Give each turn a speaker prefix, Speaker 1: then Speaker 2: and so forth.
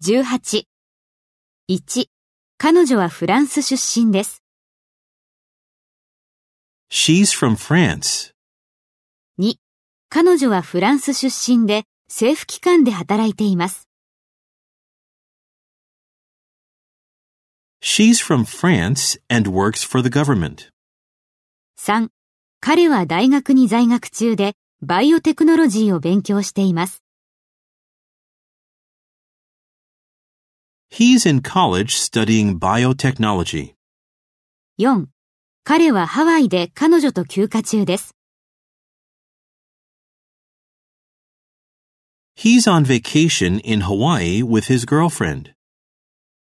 Speaker 1: 18。1. 彼女はフランス出身です。
Speaker 2: She's from France.
Speaker 1: 2. 彼女はフランス出身で政府機関で働いています。
Speaker 2: She's from France and works for the government.
Speaker 1: 3. 彼は大学に在学中でバイオテクノロジーを勉強しています。
Speaker 2: He's in college studying biotechnology.
Speaker 1: 4. 彼はハワイで彼女と休暇中です。
Speaker 2: He's on vacation in Hawaii with his girlfriend.